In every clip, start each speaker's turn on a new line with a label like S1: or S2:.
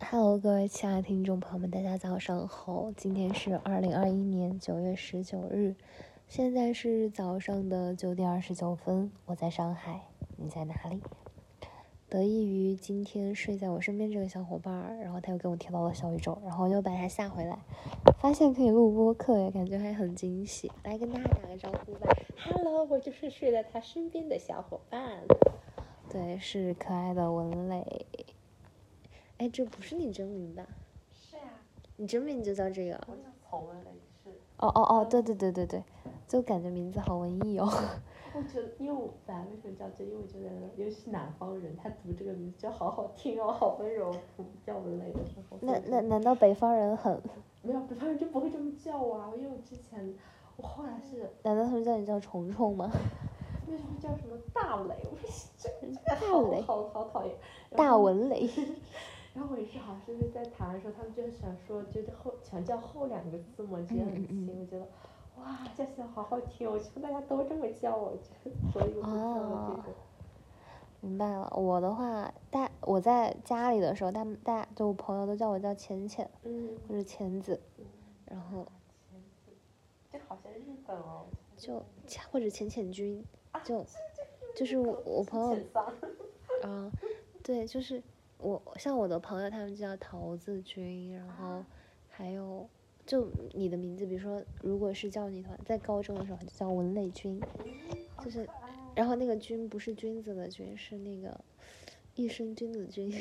S1: Hello，各位亲爱的听众朋友们，大家早上好！今天是二零二一年九月十九日，现在是早上的九点二十九分。我在上海，你在哪里？得益于今天睡在我身边这个小伙伴儿，然后他又给我提到了小宇宙，然后又把他吓回来，发现可以录播客，也感觉还很惊喜。来跟大家打个招呼吧，Hello，我就是睡在他身边的小伙伴。对，是可爱的文磊。哎，这不是你真名吧？
S2: 是呀、
S1: 你真名就叫这个？啊
S2: 我叫曹文磊，是。
S1: 哦哦哦，对对对对对，就感觉名字好文艺哦。
S2: 我觉得，因为我本来为什么叫这，因为我觉得，尤其是南方人，他读这个名字就好好听哦，好温柔。嗯叫文磊的时候，
S1: 那那难道北方人很？
S2: 没有北方人就不会这么叫我啊，因为我之前，我后来是
S1: 难道他们叫你叫虫虫吗？
S2: 为什么叫什么大磊，我说这这个
S1: 大磊
S2: 好好好讨厌。然
S1: 大
S2: 后
S1: 文磊。
S2: 然后我也是好像是不是在台湾的时候，他们就是想说，就是后想叫后两个字母，我觉得很
S1: 嗯嗯嗯
S2: 新，我觉得，哇，叫起来好好听哦，我希望大家都这么叫我，就是所以我就叫了这个。
S1: 明白了，我的话，大我在家里的时候，他们大就我朋友都叫我叫浅浅
S2: 嗯，
S1: 或者浅子，然后
S2: 这好像日本哦。
S1: 就或者浅浅君，
S2: 啊
S1: 就就是我我朋友啊，对，就是我像我的朋友，他们就叫桃子君，然后
S2: 啊
S1: 还有就你的名字，比如说如果是叫你的话，在高中的时候就叫文磊君，就是
S2: 哦
S1: 然后那个君不是君子的君，是那个一身君子君。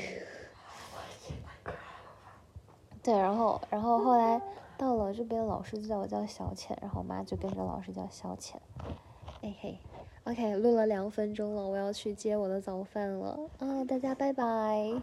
S1: 对，然后然后后来到了这边，老师就叫我叫小浅，然后我妈就跟着老师叫小浅。哎嘿，OK，录了两分钟了，我要去接我的早饭了啊！大家拜拜。